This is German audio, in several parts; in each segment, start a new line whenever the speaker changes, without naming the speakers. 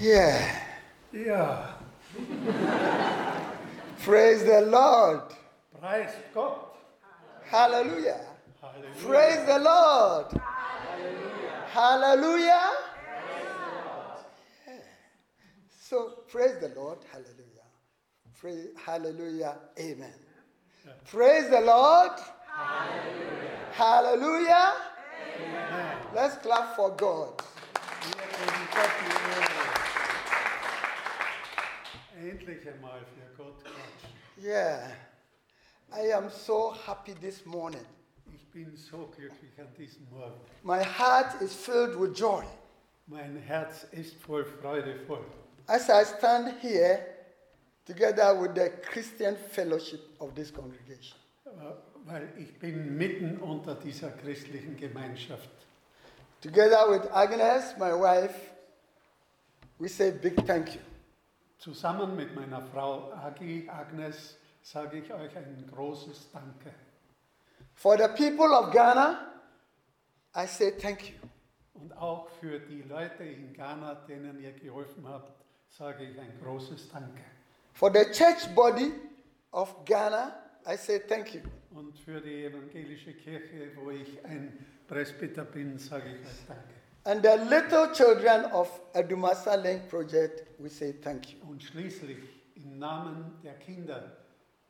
Yeah.
Ja,
Praise the Lord.
preis Gott.
Hallelujah.
Halleluja.
Praise the Lord. Hallelujah. Yeah. So praise the Lord. Hallelujah. Praise, hallelujah. Amen. Praise the Lord. Hallelujah. Let's clap for God.
Wir geben Gott die Ehre. Endlich einmal für Gott klatschen.
Yeah. I am so happy this morning.
Ich bin so glücklich an diesem Morgen.
My heart is filled with joy.
Mein Herz ist voll Freude voll.
As I stand here, together with the Christian fellowship of this congregation,
äh, Weil ich bin mitten unter dieser christlichen Gemeinschaft.
together with Agnes, my wife, we say big thank you.
Zusammen mit meiner Frau Agi Agnes sage ich euch ein großes Danke.
For the people of Ghana, I say thank you.
Und auch für die Leute in Ghana, denen ihr geholfen habt, sage ich ein großes Danke.
For the church body of Ghana, I say thank you.
Und für die evangelische Kirche, wo ich ein Presbyter bin, sage ich euch Danke.
And the little children of Edumasa Link Project, we say thank you.
Und schließlich im Namen der Kinder,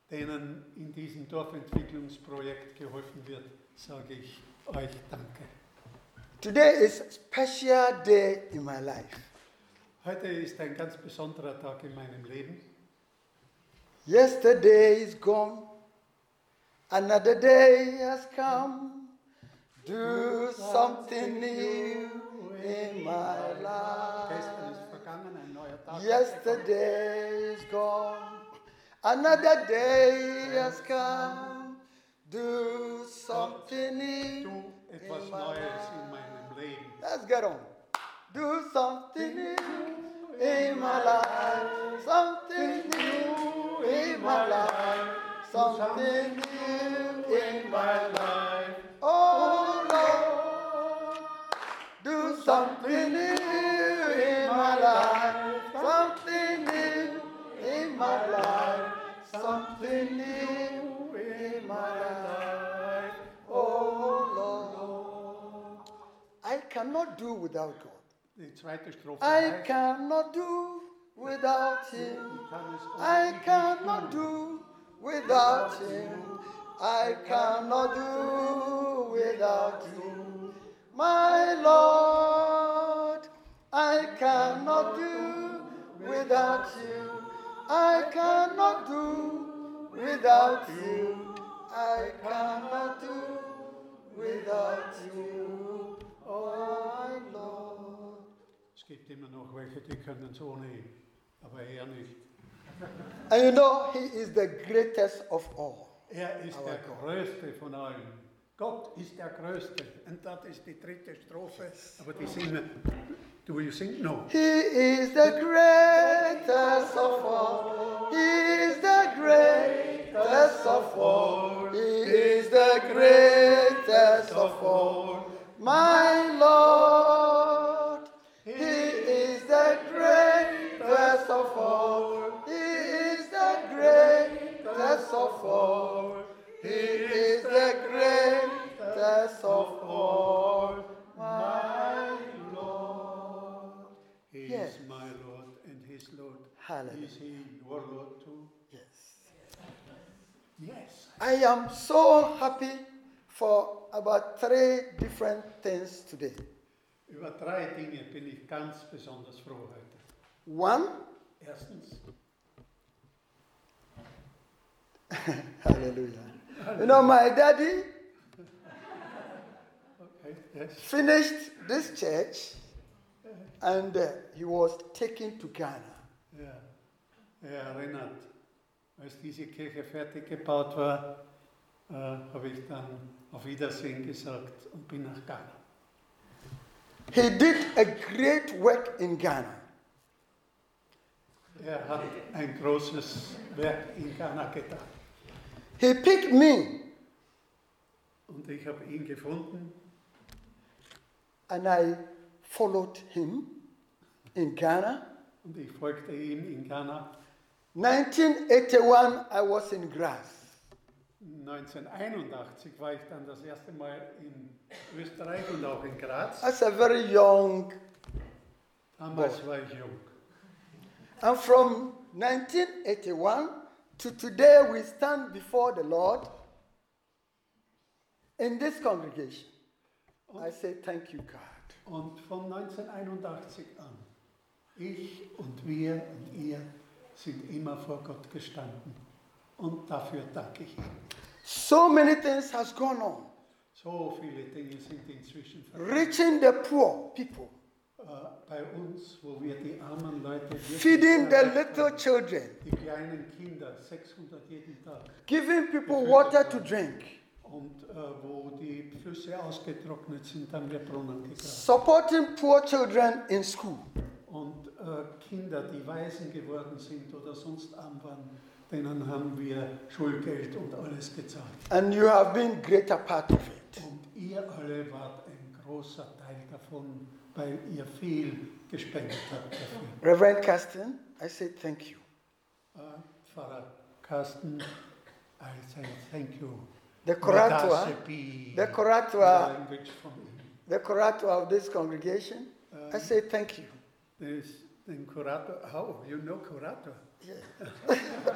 denen in diesem Dorfentwicklungsprojekt geholfen wird, sage ich euch Danke.
Today is a special day in my life.
Heute ist ein ganz besonderer Tag in meinem Leben.
Yesterday is gone, another day has come. Do something new in my life.
Gestern ist vergangen, ein neuer Tag.
Yesterday is gone, another day has come. Do something new
Du etwas
in my
Neues
life.
in meinem Leben.
Let's get on. Do something new in my life. Something new in my life. Something new in my life. Oh Lord. Do something new in my life. Something new in my life. Something new in my life. Oh Lord. I cannot do without God.
Die zweite Strophe
I
heißt,
cannot do without Him.
ich kann es
I
ohne
cannot do without Him. I cannot do without you, my Lord. I cannot do without you. I cannot do without you. I cannot do without you, oh my Lord.
Es gibt immer noch welche, die können es ohne ihn, aber er nicht.
And you know, He is the greatest of all.
Er ist
Aber
der
Gott.
Größte von allen. Gott ist der Größte. Und das ist die dritte Strophe. Aber die singen wir. Du willst singen? No.
He is the greatest of all. He is the greatest of all. He is the greatest of all. My Lord. He is the greatest of all. He is the greatest of all. He is the greatest of all. My Lord.
He
Yes.
is my Lord and his Lord.
Hallelujah.
Is he your Lord too?
Yes.
Yes.
I am so happy for about three different things today.
Über drei Dinge bin ich ganz besonders froh heute.
One,
Erstens,
hallelujah. You know, my daddy
okay, yes,
finished this church and uh, he was taken to Ghana.
ja. Er erinnert, als diese Kirche fertig gebaut war, äh, habe ich dann auf Wiedersehen gesagt und bin nach Ghana.
He did a great work in Ghana.
Er hat ein großes Werk in Ghana getan.
He picked me
Und ich habe ihn gefunden
and I followed him in Ghana
und ich folgte ihm in Ghana.
1981, I was in Graz.
1981 war ich dann das erste Mal in Österreich und auch in Graz.
As a very young,
Damals war ich jung.
and from 1981 to today, we stand before the Lord in this congregation. I say, Thank you, God.
Und von 1981 an, ich und wir und ihr sind immer vor Gott gestanden. Und dafür danke ich ihm.
So many things has gone on.
So viele Dinge sind inzwischen ver-
Reaching the poor people,
äh, bei uns, wo wir die armen Leute wirklich
feeding the
erreicht
little
haben.
children,
die kleinen Kinder, 600 jeden Tag,
giving people water to drink,
und äh, wo die Flüsse ausgetrocknet sind, haben wir Brunnen gegraben.
supporting poor children in school.
Und äh, Kinder, die Waisen geworden sind oder sonst arm waren, denen haben wir Schulgeld und alles gezahlt.
And you have been greater part of it.
Und ihr alle wart ein großer Teil davon, weil ihr viel gespendet habt dafür.
Reverend Caston, I say thank you.
Äh, Pfarrer Carsten, I say thank you.
The
Let
Koratwa-
us be
the Koratwa-
the language from him.
The curator of this congregation, I
Ähm,
say thank you.
There's den Kurator, oh, you know Kurator?
Yeah.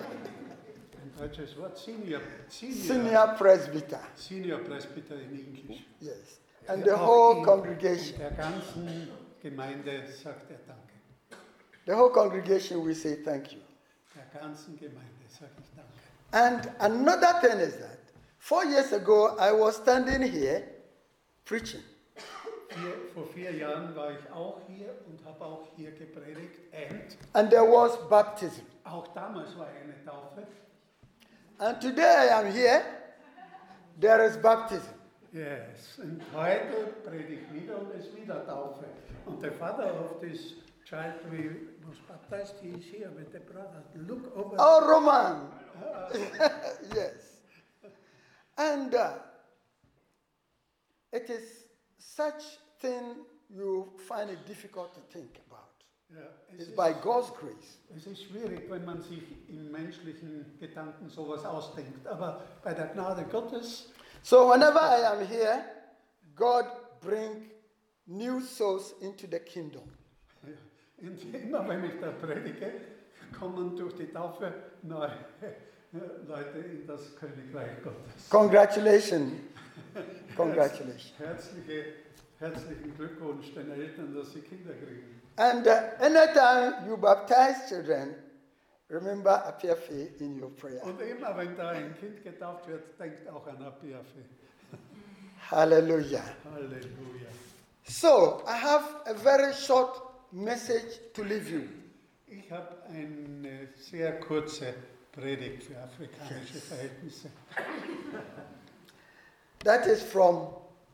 In Deutsch is what? Senior, senior,
Senior presbyter,
senior presbyter in English.
yes. And the
Auch
whole
ihm,
congregation,
Der ganzen Gemeinde sagt er Danke.
the whole congregation will say thank you.
Der ganzen Gemeinde sage ich Danke.
And another thing is that four years ago, I was standing here preaching.
Vier, vor vier Jahren war ich auch hier und habe auch hier gepredigt. Und
and there was baptism.
auch damals war eine Taufe.
And today I am here, there is baptism.
Yes, and heute predigt wieder und es wieder Taufe. Und der Vater of this child we was baptized, he is here with the brother. Look over.
Oh, Roman! yes. And uh, it is such thing you find it difficult to think about.
Ja, es,
It's
ist,
by God's grace.
es ist schwierig, wenn man sich im menschlichen Gedanken sowas ausdenkt. Aber bei der Gnade Gottes,
So whenever I am here, God bring new souls into the kingdom.
ja, und äh, immer wenn ich da predige, kommen durch die Taufe neue äh, Leute in das Königreich Gottes.
Congratulations. Congratulations.
Herzliche, herzlichen Glückwunsch den Eltern, dass sie Kinder kriegen.
And uh, anytime you baptize children, remember Apiafe in your prayer.
Und immer wenn da ein Kind getauft wird, denkt auch an Apiafe.
Hallelujah.
Halleluja.
So, I have a very short message to leave you.
Ich habe eine sehr kurze Predigt für afrikanische Verhältnisse.
That is from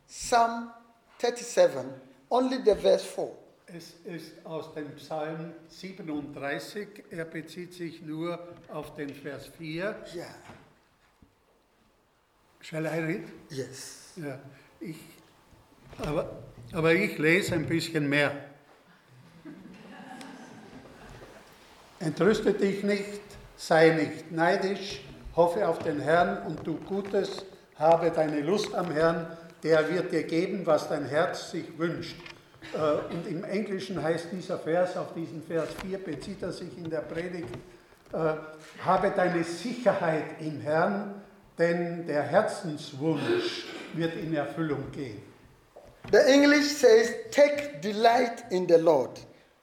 Psalm 37, only the verse 4.
Es ist aus dem Psalm 37. Er bezieht sich nur auf den Vers 4.
Yeah,
Shall I read?
yes.
Ja, ich, aber, aber ich lese ein bisschen mehr. Entrüste dich nicht, sei nicht neidisch, hoffe auf den Herrn und tu Gutes, habe deine Lust am Herrn, der wird dir geben, was dein Herz sich wünscht. Äh, Und im Englischen heißt dieser Vers, auf diesen Vers 4 bezieht er sich in der Predigt, äh, habe deine Sicherheit im Herrn, denn der Herzenswunsch wird in Erfüllung gehen.
The English says, Take delight in the Lord,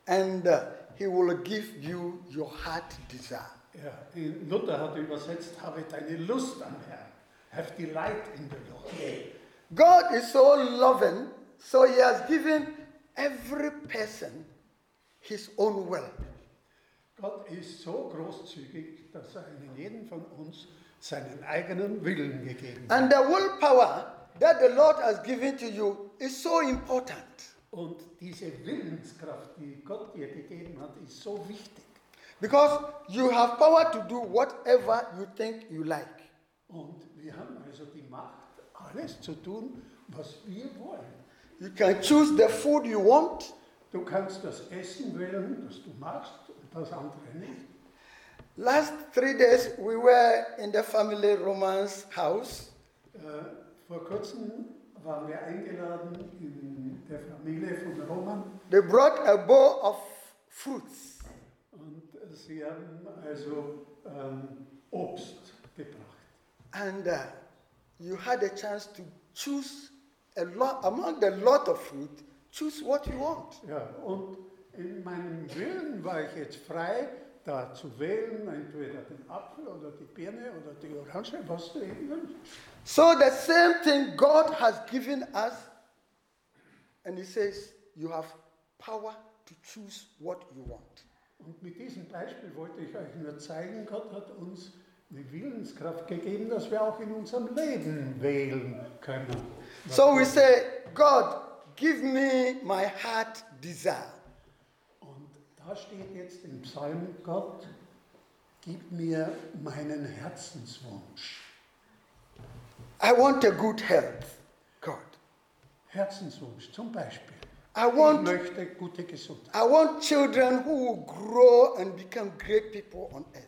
and uh, he will give you your heart desire.
Ja, in Luther hat übersetzt, habe deine Lust am Herrn. Have delight in the Lord.
God is so loving, so he has given every person his own will.
Gott ist so großzügig, dass er einen jeden von uns seinen eigenen Willen gegeben hat.
And the willpower that the Lord has given to you is so important.
Und diese Willenskraft, die Gott dir gegeben hat, ist so wichtig.
Because you have power to do whatever you think you like.
Und wir haben also die Macht, alles zu tun, was wir wollen.
You can choose the food you want.
Du kannst das Essen wählen, das du machst und das andere nicht.
Last three days, we were in the family romance house.
Äh, vor kurzem waren wir eingeladen in der Familie von Roman
They brought a bowl of fruits.
und sie haben also ähm, Obst gebracht.
And uh, you had a chance to choose a lot, among the lot of fruit, choose what you want.
Ja, und in meinem Willen war ich jetzt frei, da zu wählen, entweder den Apfel oder die Birne oder die Orange, was du eben wünschst.
So the same thing God has given us, and He says, You have power to choose what you want.
Und mit diesem Beispiel wollte ich euch nur zeigen, Gott hat uns eine Willenskraft gegeben, dass wir auch in unserem Leben wählen können.
So we say, God, give me my heart desire.
Und da steht jetzt im Psalm, Gott, gib mir meinen Herzenswunsch.
I want a good health, God.
Herzenswunsch zum Beispiel.
I
Ich
want,
möchte gute Gesundheit.
I want children who will grow and become great people on earth.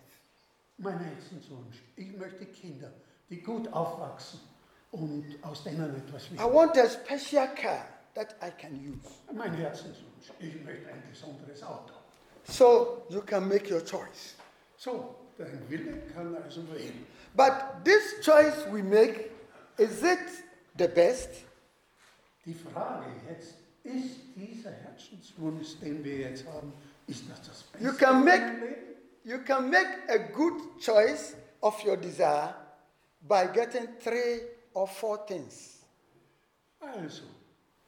Mein Herzenswunsch. Ich möchte Kinder, die gut aufwachsen und aus denen etwas
I
wird.
want a special car that I can use.
Mein Herzenswunsch. Ich möchte ein besonderes Auto.
So you can make your choice.
So, dein Wille kann also wählen.
But this choice we make, is it the best?
Die Frage jetzt, ist dieser Herzenswunsch, den wir jetzt haben, ist das das Beste?
You can make-
im Leben?
You can make a good choice of your desire by getting three or four things.
Also,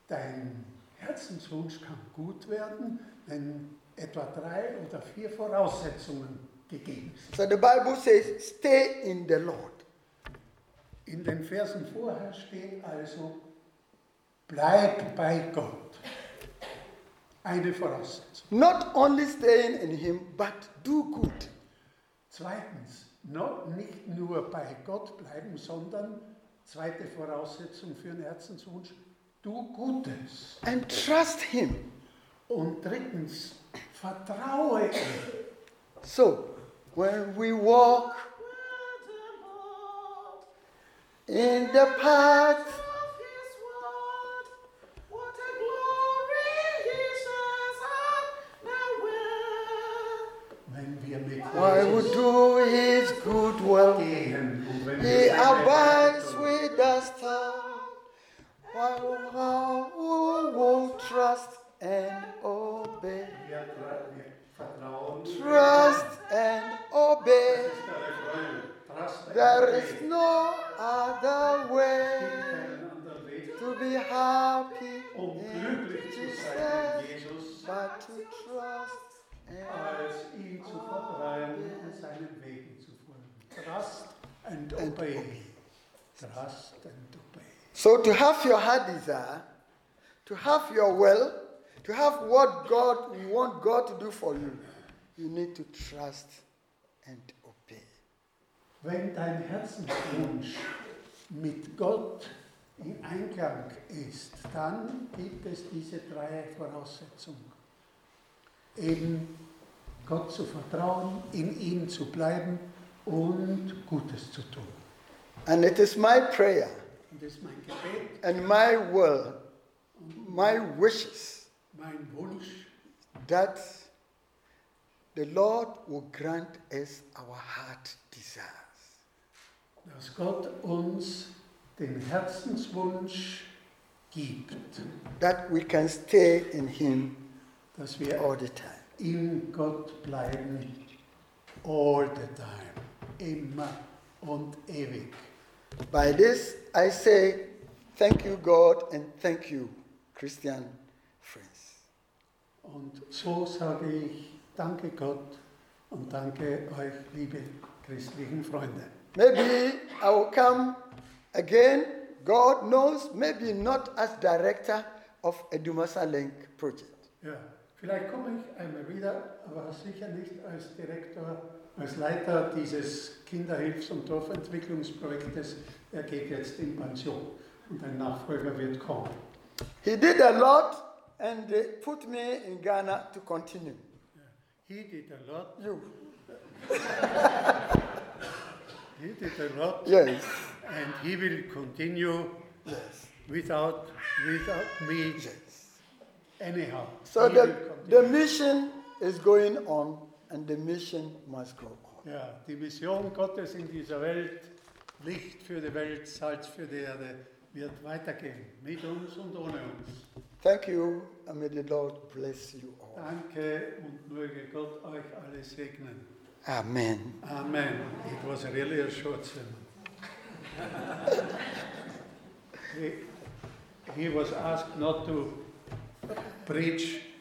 dein Herzenswunsch kann gut werden, wenn etwa drei oder vier Voraussetzungen gegeben sind.
So the Bible says, stay in the Lord.
In den Versen vorher steht also, bleib bei Gott. Eine Voraussetzung.
Not only staying in Him, but do good.
Zweitens, no, nicht nur bei Gott bleiben, sondern zweite Voraussetzung für einen Herzenswunsch, tu Gutes.
And trust Him.
Und drittens, vertraue ihm.
So when we walk in the path
Wenn wir mit
I
Jesus
will do His good will.
gehen und wenn
He
wir seine
abides
Leitung-
with the star. While who will trust and obey?
Wir tra- wir vertrauen.
Trust and obey.
Trust
There is no other way
keinen anderen Weg,
to be happy
um
in
glücklich zu sein in
Jesus,
Jesus,
but to trust and
als ihm zu vertrauen und seinen Wegen zu folgen. Trust and obey. Trust and obey.
So to have your heart desire, to have your will, to have what God you want God to do for you, you need to trust and obey.
Wenn dein Herzenswunsch mit Gott in Einklang ist, dann gibt es diese drei Voraussetzungen. Eben Gott zu vertrauen, in ihm zu bleiben und Gutes zu tun.
And it is my prayer
Und das ist mein Gebet,
and my will, my wishes
mein Wunsch,
that the Lord will grant us our heart desires.
dass Gott uns den Herzenswunsch gibt,
That we can stay in Him
dass wir
all the time.
in Gott bleiben, all the time, immer und ewig.
By this, I say, thank you, God, and thank you, Christian friends.
Und so sage ich, danke Gott und danke euch, liebe christlichen Freunde.
Maybe I will come again, God knows, maybe not as director of Edumasa Link project.
Ja, vielleicht komme ich einmal wieder, aber sicher nicht als Direktor, als Leiter dieses Kinderhilfs- und Dorfentwicklungsprojektes. Er geht jetzt in Pension und ein Nachfolger wird kommen.
He did a lot, and they put me in Ghana to continue.
He did a lot.
You?
He did a lot,
Yes.
and he will continue
Yes.
without without me
Yes.
anyhow.
So
He will
the, the
continue.
mission is going on, and the mission must go on.
Ja, die Mission Gottes in dieser Welt, Licht für die Welt, Salz für die Erde, wird weitergehen, mit uns und ohne uns.
Thank you, and may the Lord bless you all.
Danke und möge Gott euch alle segnen.
Amen.
Amen. It was really a short sermon. he, he was asked not to preach